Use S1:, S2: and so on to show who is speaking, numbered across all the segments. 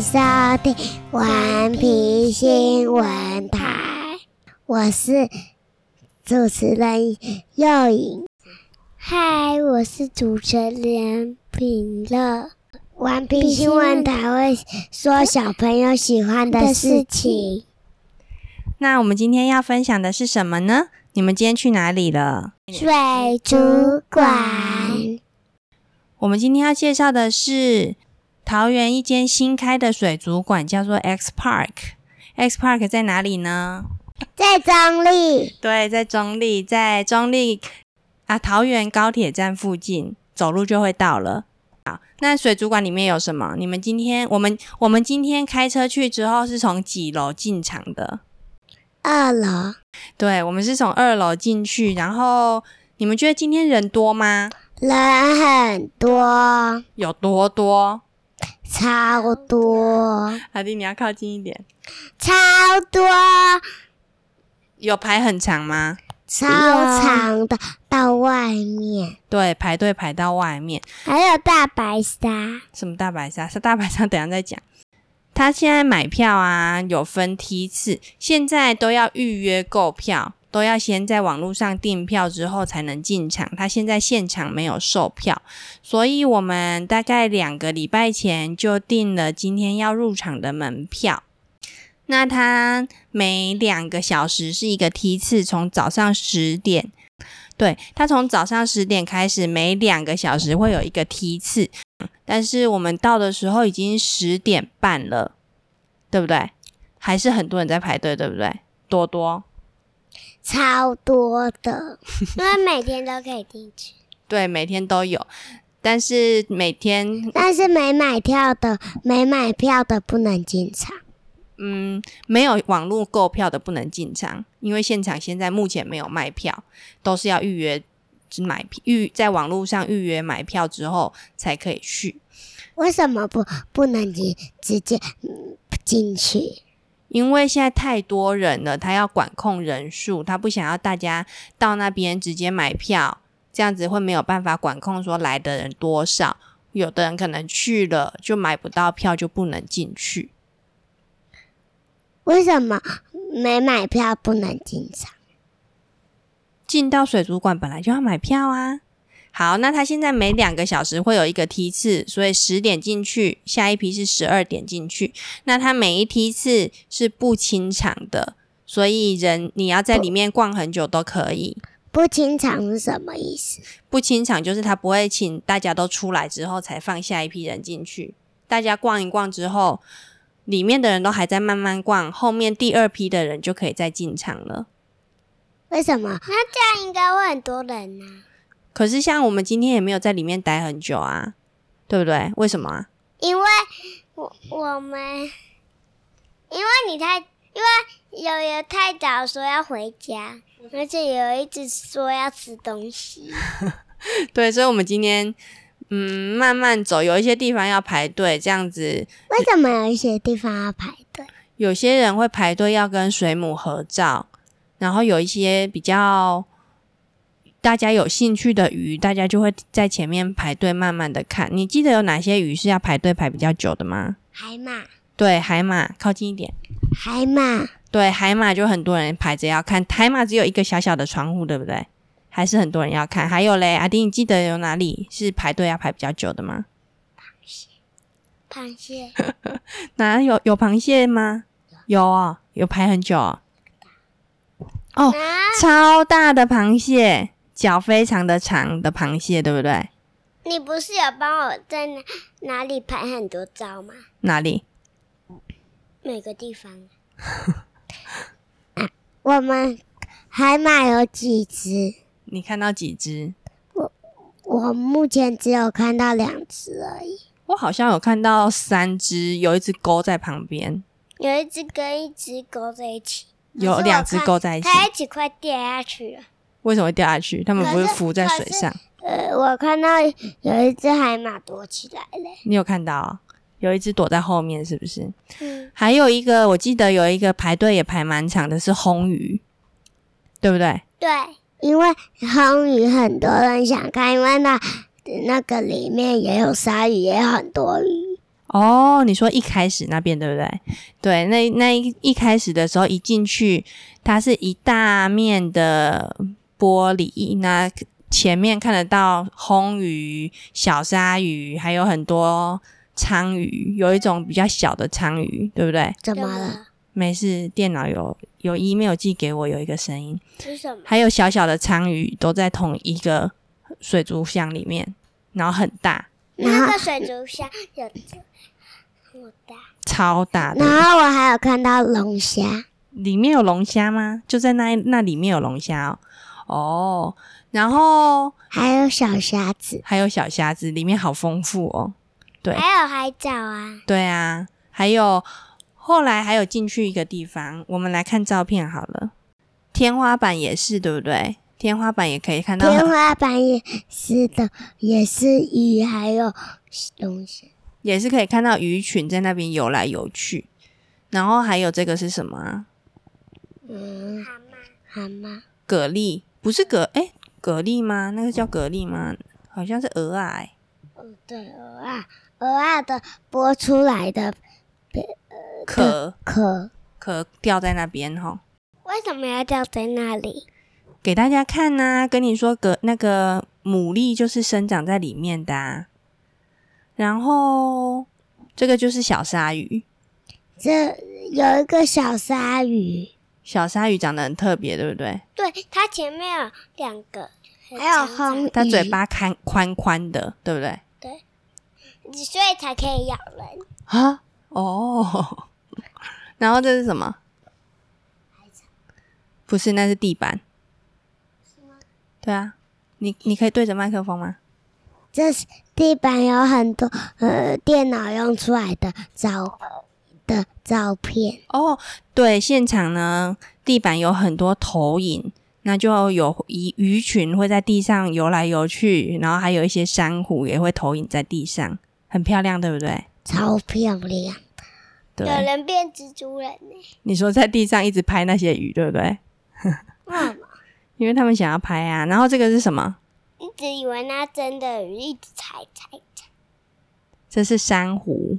S1: 收听《顽皮新闻台》，我是主持人幼颖。嗨，我是主持人品乐。顽皮新闻台会说小朋友喜欢的事情。
S2: 那我们今天要分享的是什么呢？你们今天去哪里了？
S1: 水族馆，
S2: 我们今天要介绍的是桃园一间新开的水族馆，叫做 X Park。X Park 在哪里呢？
S1: 在中立，
S2: 对，在中立，在中立啊，桃园高铁站附近，走路就会到了。好，那水族馆里面有什么？你们今天我们我们今天开车去之后，是从几楼进场的？
S1: 二楼
S2: 对，我们是从二楼进去，然后你们觉得今天人多吗？
S1: 人很多，
S2: 有多多？
S1: 超多，
S2: 阿弟，你要靠近一点。
S1: 超多，
S2: 有排很长吗？
S1: 超长的到外面，
S2: 对，排队排到外面。
S1: 还有大白鲨。
S2: 什么大白鲨？是大白鲨，等一下再讲。他现在买票啊，有分梯次，现在都要预约购票，都要先在网络上订票之后才能进场。他现在现场没有售票，所以我们大概两个礼拜前就订了今天要入场的门票。那他每两个小时是一个梯次，从早上十点，对他从早上十点开始，每两个小时会有一个梯次。但是我们到的时候已经十点半了，对不对？还是很多人在排队，对不对？多多，
S1: 超多的，因为每天都可以进去，
S2: 对，每天都有，但是每天
S1: 但是没买票的、没买票的不能进场。
S2: 嗯没有网络购票的不能进场，因为现场现在目前没有卖票，都是要预约买预在网络上预约买票之后才可以去。
S1: 为什么不不能直直接嗯进去？
S2: 因为现在太多人了，他要管控人数，他不想要大家到那边直接买票，这样子会没有办法管控说来的人多少。有的人可能去了就买不到票，就不能进去。
S1: 为什么没买票不能进场？
S2: 进到水族馆本来就要买票啊。好，那他现在每两个小时会有一个梯次，所以十点进去，下一批是十二点进去。那他每一梯次是不清场的，所以人你要在里面逛很久都可以。
S1: 不进场是什么意思？
S2: 不清场就是他不会请大家都出来之后才放下一批人进去，大家逛一逛之后，里面的人都还在慢慢逛，后面第二批的人就可以再进场了。
S1: 为什么？那这样应该会很多人呢、
S2: 可是像我们今天也没有在里面待很久啊，对不对？为什么啊？
S1: 因为我我们，因为你太，因为有人太早说要回家，而且有一直说要吃东西。
S2: 对，所以我们今天嗯慢慢走，有一些地方要排队，这样子
S1: 为什么有一些地方要排队？
S2: 有些人会排队要跟水母合照，然后有一些比较大家有兴趣的鱼，大家就会在前面排队慢慢的看。你记得有哪些鱼是要排队排比较久的吗？
S1: 海马，
S2: 对，海马靠近一点。
S1: 海马，
S2: 对，海马就很多人排着要看，海马只有一个小小的窗户，对不对？还是很多人要看。还有嘞，阿丁，你记得有哪里是排队要排比较久的吗？
S1: 螃蟹，
S2: 哪有有螃蟹吗？有哦，有排很久哦。哦，
S1: 啊，
S2: 超大的螃蟹，脚非常的长的螃蟹，对不对？
S1: 你不是有帮我在哪哪里拍很多照吗？
S2: 哪里？
S1: 每个地方。 我们海马有几只？
S2: 你看到几只？
S1: 我目前只有看到两只而已，
S2: 我好像有看到三只，有一只勾在旁边，
S1: 有一只跟一只勾在一起，
S2: 有两只勾在一起。
S1: 它一起快掉下去了。
S2: 为什么会掉下去？它们不是
S1: 可是
S2: 浮在水上？
S1: 呃，我看到有一只海马躲起来了。
S2: 你有看到啊、有一只躲在后面，是不是？
S1: 嗯，
S2: 还有一个，我记得有一个排队也排蛮长的，是红鱼，对不对？
S1: 对，因为红鱼很多人想看，因为那那个里面也有鲨鱼，也有很多鱼。
S2: 哦，你说一开始那边对不对？对，那那一一开始的时候一进去，它是一大面的玻璃，那前面看得到红鱼、小鲨鱼，还有很多鲳鱼，有一种比较小的鲳鱼，对不对？
S1: 怎么了？
S2: 没事，电脑有有 email 寄给我有一个声音，
S1: 吃什么？
S2: 还有小小的鲳鱼都在同一个水族箱里面，然后很大，
S1: 那个水族箱有很大。
S2: 超大的。
S1: 然后我还有看到龙虾，
S2: 里面有龙虾吗？就在那那里面有龙虾哦。哦，然后
S1: 还有小虾子，
S2: 还有小虾子，里面好丰富哦。对
S1: 还有海藻啊。
S2: 对啊，还有后来还有进去一个地方，我们来看照片好了。天花板也是对不对？天花板也可以看到
S1: 天
S2: 很，
S1: 花板也是的，也是鱼，还有龙虾。
S2: 也是可以看到鱼群在那边游来游去。然后还有这个是什么啊？
S1: 嗯，蛤蟆，蛤蟆，
S2: 蛤蜊不是蛤哎、蛤蜊吗？那个叫蛤蜊吗？好像是鹅啊、欸
S1: 哦对，鹅啊，鹅啊的剥出来的
S2: 壳
S1: 壳，
S2: 壳掉在那边哈。
S1: 为什么要掉在那里？
S2: 给大家看呐、跟你说个那个牡蛎就是生长在里面的、啊，然后这个就是小鲨鱼，
S1: 这有一个小鲨鱼，
S2: 小鲨鱼长得很特别，对不对？
S3: 对，它前面有两个，
S1: 还有红鱼，
S2: 它嘴巴宽宽宽的，对不对？
S3: 你所以才可以咬人。
S2: 啊，哦，然后这是什么？不是，那是地板。对啊，你你可以对着麦克风吗？
S1: 这是地板有很多呃电脑用出来的照的照片，
S2: 哦，对，现场呢，地板有很多投影，那就有鱼鱼群会在地上游来游去，然后还有一些珊瑚也会投影在地上，很漂亮，对不对？
S1: 超漂亮。
S2: 对，
S3: 有人变蜘蛛人呢、
S2: 你说在地上一直拍那些鱼，对不对？
S3: 嗯，
S2: 因为他们想要拍啊。然后这个是什么？
S3: 一直以为那真的鱼，一直踩踩踩。
S2: 这是珊瑚，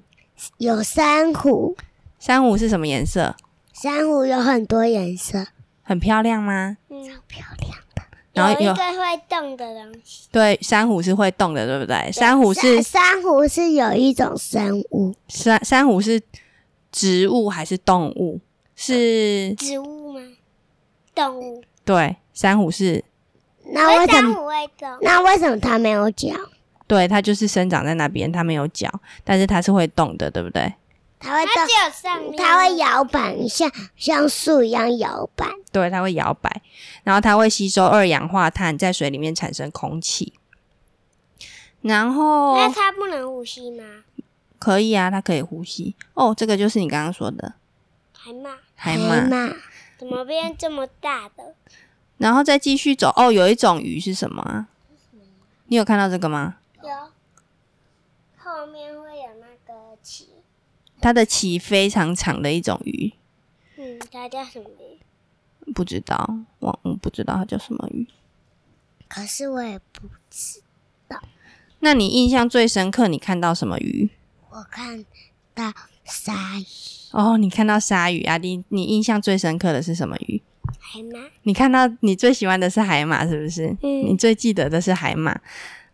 S1: 有珊瑚，
S2: 珊瑚是什么颜色？
S1: 珊瑚有很多颜色，
S2: 很漂亮吗？
S3: 嗯，
S1: 漂亮。
S2: 然后
S3: 有
S2: 有
S3: 一个会动的东西，
S2: 对，珊瑚是会动的，对不对？珊瑚是
S1: 珊珊瑚是有一种生物，
S2: 珊珊瑚是植物还是动物？是
S3: 植物吗？动物，
S2: 对，珊瑚是
S1: 那为什
S3: 珊
S1: 么？
S3: 瑚会动，
S1: 那为什么它没有脚？
S2: 对，它就是生长在那边，它没有脚，但是它是会动的，对不对？
S1: 它会
S3: 它
S1: 动，
S3: 只有上面，
S1: 它会摇摆，像像树一样摇摆。
S2: 对，它会摇摆，然后它会吸收二氧化碳，在水里面产生空气。然后
S3: 那它不能呼吸吗？
S2: 可以啊，它可以呼吸。哦，这个就是你刚刚说的
S3: 海马
S2: 海马。
S1: 马
S3: 怎么变这么大的？
S2: 然后再继续走，哦，有一种鱼是什么啊？你有看到这个吗？
S3: 有，后面会有那个鳍，
S2: 它的鳍非常长的一种鱼，
S3: 嗯，它叫什么鱼？
S2: 不知道，我我不知道它叫什么鱼。
S1: 可是我也不知，
S2: 那你印象最深刻，你看到什么鱼？
S1: 我看到鲨鱼，
S2: 哦，你看到鲨鱼啊？你你印象最深刻的是什么鱼？
S3: 海马，
S2: 你看到你最喜欢的是海马，是不是？
S3: 嗯
S2: 你最记得的是海马。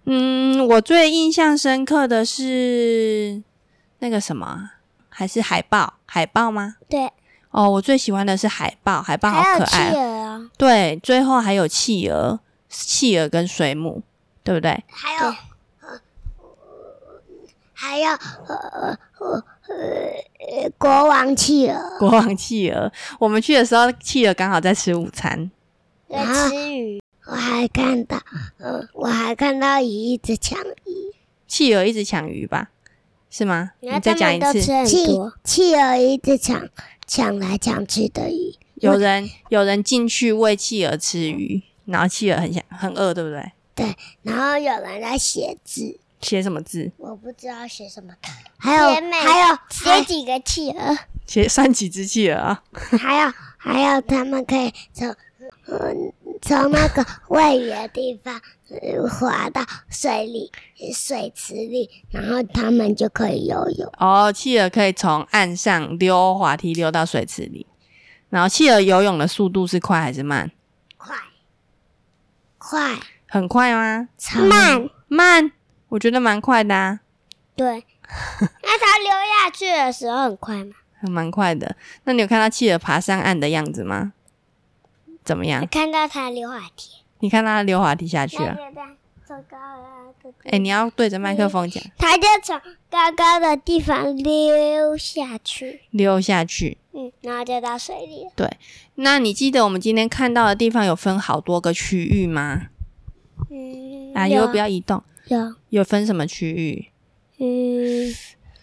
S2: 嗯，我最印象深刻的是那个什么啊，还是海豹？海豹吗？
S3: 对，
S2: 哦，我最喜欢的是海豹，海豹好
S3: 还有
S2: 可
S3: 企
S2: 爱哦。
S3: 鹅哦，
S2: 对，最后还有企鹅，企鹅跟水母，对不对？
S1: 还有呃还有呃呃呃国王企
S3: 哦
S1: 鹅，
S2: 国王企鹅，我们去的时候，企鹅刚好在吃午餐。
S3: 在
S1: 啊
S3: 吃鱼。
S1: 我还看到呃我还看到鱼一直抢鱼，
S2: 企鹅一直抢鱼吧？是吗？你
S3: 然后
S2: 再
S3: 他
S2: 讲
S3: 们
S2: 一
S3: 都
S2: 次
S3: 吃。很
S1: 企
S3: 多，
S1: 企鹅一直抢抢来抢去的鱼，
S2: 有人有人进去喂企鹅吃鱼，然后企鹅很想很饿，对不对？
S1: 然后有人在写字，
S2: 写什么字？
S1: 我不知道写什么，还有
S3: 写美
S1: 还有
S3: 写几个企鹅，
S2: 写算几只企鹅啊？
S1: 还有还有，他们可以从嗯从那个位于的地方、呃滑到水里、水池里，然后他们就可以游泳。
S2: 哦，企鹅可以从岸上溜滑梯溜到水池里。然后，企鹅游泳的速度是快还是慢？
S1: 快，快，
S2: 很快吗？
S1: 超慢，
S2: 慢，我觉得蛮快的啊，
S1: 对。
S3: 那它溜下去的时候很快吗？
S2: 很蛮快的。那你有看到企鹅爬上岸的样子吗？怎么
S3: 我
S2: 样？
S3: 看到它溜滑梯，
S2: 你看它溜滑梯下去
S3: 它
S2: 了。
S3: 就这样从高啊高的地，
S2: 哎、你要对着麦克风讲，
S3: 它就从高高的地方溜下去，
S2: 溜下去。
S3: 嗯，然后就到水里了。
S2: 那你记得我们今天看到的地方有分好多个区域吗？
S3: 嗯，
S2: 啊，
S3: 有
S2: 又不要移动，
S3: 有，
S2: 有分什么区域？
S3: 嗯，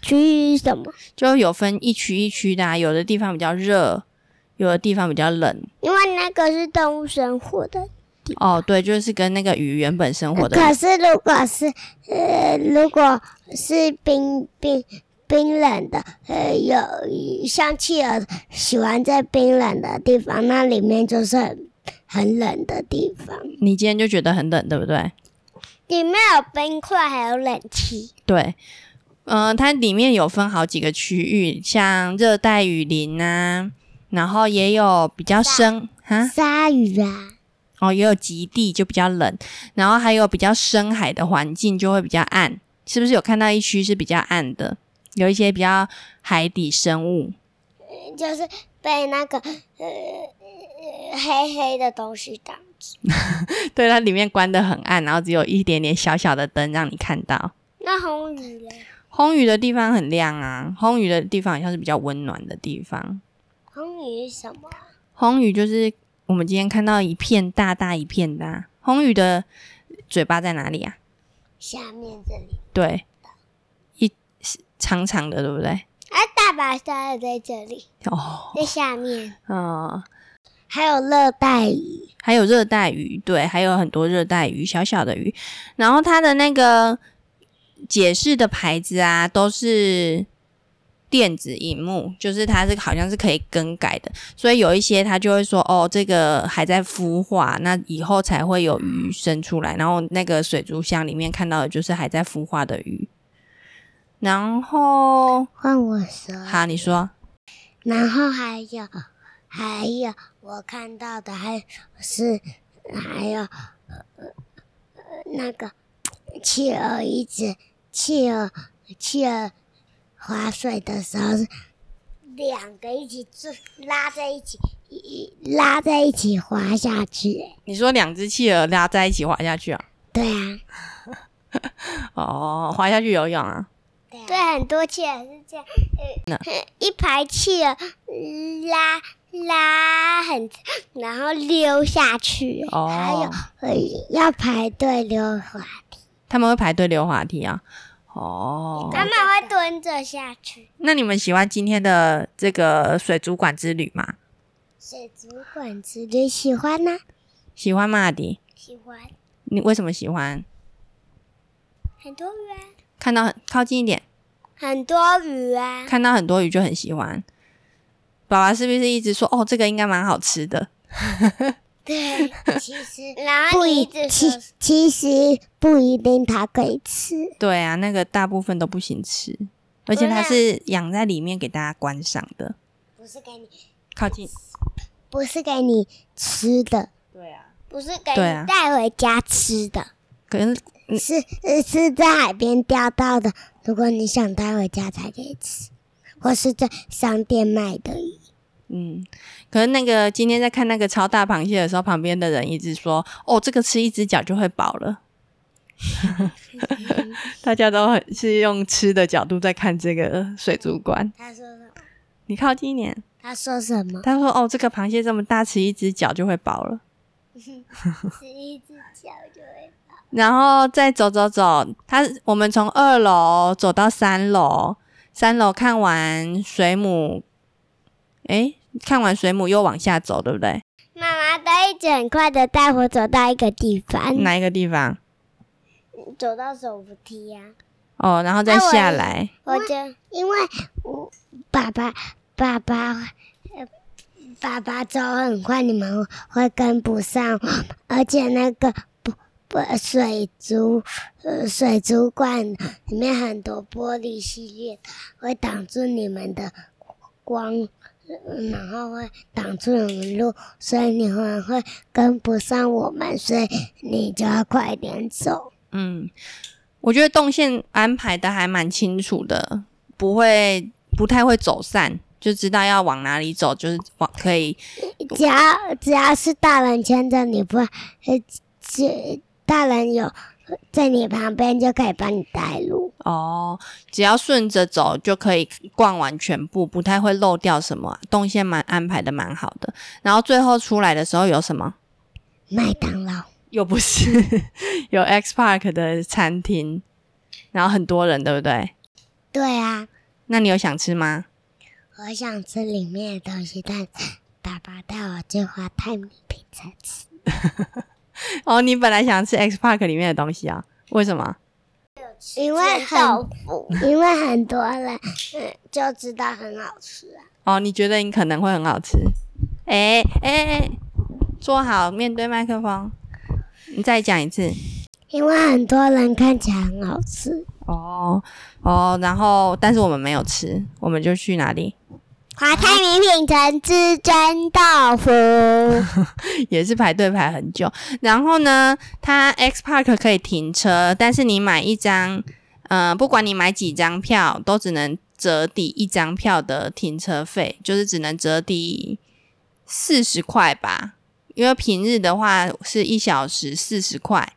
S3: 区域什么？
S2: 就有分一区一区的、啊，有的地方比较热，有的地方比较冷。
S3: 因为那个是动物生活的，
S2: 哦，对，就是跟那个鱼原本生活的
S1: 可是如果是呃，如果是冰冰冰冷的，呃，有像企鹅喜欢在冰冷的地方，那里面就是很很冷的地方。
S2: 你今天就觉得很冷，对不对？
S3: 里面有冰块，还有冷气。
S2: 对，呃，它里面有分好几个区域，像热带雨林啊，然后也有比较深啊，
S1: 鲨鱼啊，
S2: 哦，也有极地就比较冷，然后还有比较深海的环境就会比较暗，是不是有看到一区是比较暗的？有一些比较海底生物，
S3: 就是被那个呃呃黑黑的东西挡住。
S2: 对，它里面关得很暗，然后只有一点点小小的灯让你看到。
S3: 那红鱼嘞？
S2: 烘鱼的地方很亮啊，烘鱼的地方好像是比较温暖的地方。
S3: 红鱼是什么？
S2: 烘鱼就是我们今天看到一片大大一片的、啊，烘鱼的嘴巴在哪里啊？
S3: 下面这里。
S2: 对，一是长长的，对不对？
S3: 哎、大白鲨也在这里，
S2: 哦，
S3: 在下面。
S2: 嗯、
S1: 还有热带鱼，
S2: 还有热带鱼，对，还有很多热带鱼，小小的鱼。然后它的那个解释的牌子啊，都是电子荧幕，就是它是好像是可以更改的，所以有一些它就会说，哦，这个还在孵化，那以后才会有鱼生出来。然后那个水族箱里面看到的就是还在孵化的鱼。然后，
S1: 换我说。
S2: 好，你说，
S1: 然后还有，还有我看到的还是还有、呃呃那个企鹅一直企鹅企鹅划水的时候是两个一起追拉在一起，一拉在一起滑下去。
S2: 你说两只企鹅拉在一起滑下去啊？
S1: 对啊，
S2: 哦，滑下去游泳啊？
S3: 对，很多企鹅是这样，呃，呃一排企鹅拉拉很，然后溜下去。
S2: 哦，
S1: 还有呃要排队溜滑梯。
S2: 他们会排队溜滑梯啊。哦，
S3: 他们会蹲着下去。
S2: 那你们喜欢今天的这个水族馆之旅吗？
S1: 水族馆之旅喜欢呢、
S2: 喜欢吗，阿迪？
S3: 喜欢
S2: 你为什么喜欢？
S3: 很多鱼啊，
S2: 看到很靠近一点，
S3: 很多鱼啊。
S2: 看到很多鱼就很喜欢。爸爸是不是一直说哦，这个应该蛮好吃的？
S1: 对，其实
S3: 然后
S1: 不
S3: 你
S1: 一
S3: 一直
S1: 其
S3: 说
S1: 其实不一定它可以吃，
S2: 对啊，那个大部分都不行吃，而且它是养在里面给大家观赏的。
S1: 不是给你
S2: 靠近，
S1: 不是给你吃的，
S2: 对啊，
S3: 不是给
S2: 对啊
S3: 你带回家吃的。
S2: 可是
S1: 是呃是在海边钓到的。如果你想带回家才可以吃，或是在商店卖的鱼。
S2: 嗯，可是那个今天在看那个超大螃蟹的时候，旁边的人一直说：“哦，这个吃一只脚就会饱了。”大家都很是用吃的角度在看这个水族馆。
S1: 他说什么？
S2: 你靠近一点，
S1: 他说什 么？
S2: 他说：“哦，这个螃蟹这么大，吃一只脚就会饱了。
S3: 吃一只脚就 会。”
S2: 然后再走走走，他我们从二楼走到三楼，三楼看完水母，诶，看完水母又往下走，对不对？
S3: 妈妈都一直很快的带我走到一个地方，
S2: 哪一个地方？
S3: 走到手扶梯呀、
S2: 哦，然后再
S3: 啊我
S2: 下来。
S3: 我就
S1: 因为我爸爸爸爸、呃爸爸走很快，你们会跟不上，而且那个不不水族呃水族馆里面很多玻璃系列会挡住你们的光，嗯然后会挡住你们路，所以你们会跟不上我们，所以你就要快点走。
S2: 嗯，我觉得动线安排的还蛮清楚的，不会不太会走散，就知道要往哪里走，就是往可以
S1: 只要只要是大人牵着你不，呃，只大人有在你旁边就可以帮你带路。
S2: 哦，只要顺着走就可以逛完全部，不太会漏掉什么啊、动线蛮安排的蛮好的。然后最后出来的时候有什么？
S1: 麦当劳，
S2: 又不是有 X Park 的餐厅，然后很多人，对不对？
S1: 对啊，
S2: 那你有想吃吗？
S1: 我想吃里面的东西，但爸爸带我去花泰米品才吃，
S2: 哦，你本来想吃 X Park 里面的东西啊？为什么？
S1: 因为
S3: 吃豆
S1: 很
S3: 腐，
S1: 因为很多人 嗯就知道很好吃啊。
S2: 哦，你觉得你可能会很好吃？哎哎哎，坐好，面对麦克风，你再讲一次。
S1: 因为很多人看起来很好吃，
S2: 哦哦，然后但是我们没有吃，我们就去哪里？
S3: 华泰名品城吃蒸豆腐，
S2: 也是排队排很久。然后呢，它 X Park 可以停车，但是你买一张，呃，不管你买几张票，都只能折抵一张票的停车费，就是只能折抵四十块吧。因为平日的话是一小时四十块，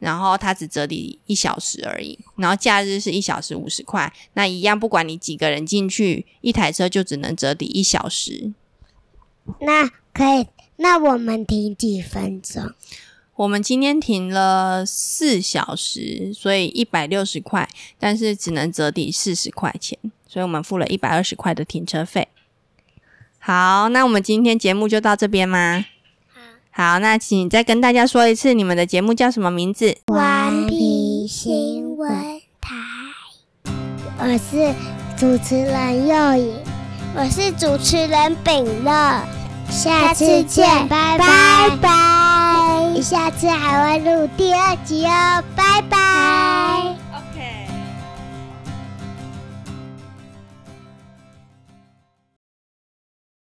S2: 然后它只折抵一小时而已。然后假日是一小时五十块，那一样，不管你几个人进去，一台车就只能折抵一小时。
S1: 那可以，那我们停几分钟？
S2: 我们今天停了四小时，所以一百六十块，但是只能折抵四十块钱，所以我们付了一百二十块的停车费。好，那我们今天节目就到这边吗？好，那请再跟大家说一次，你们的节目叫什么名字？
S1: 顽
S3: 顽
S1: 皮
S3: 皮
S1: 新
S3: 新
S1: 闻
S3: 闻台，
S1: 我是主持人幼颖，
S3: 我是主持人秉乐，
S1: 下次
S3: 次
S1: 见
S3: 见，
S1: 拜拜
S3: 拜拜，
S1: 下次还会录第二集哦，拜拜。
S3: 拜。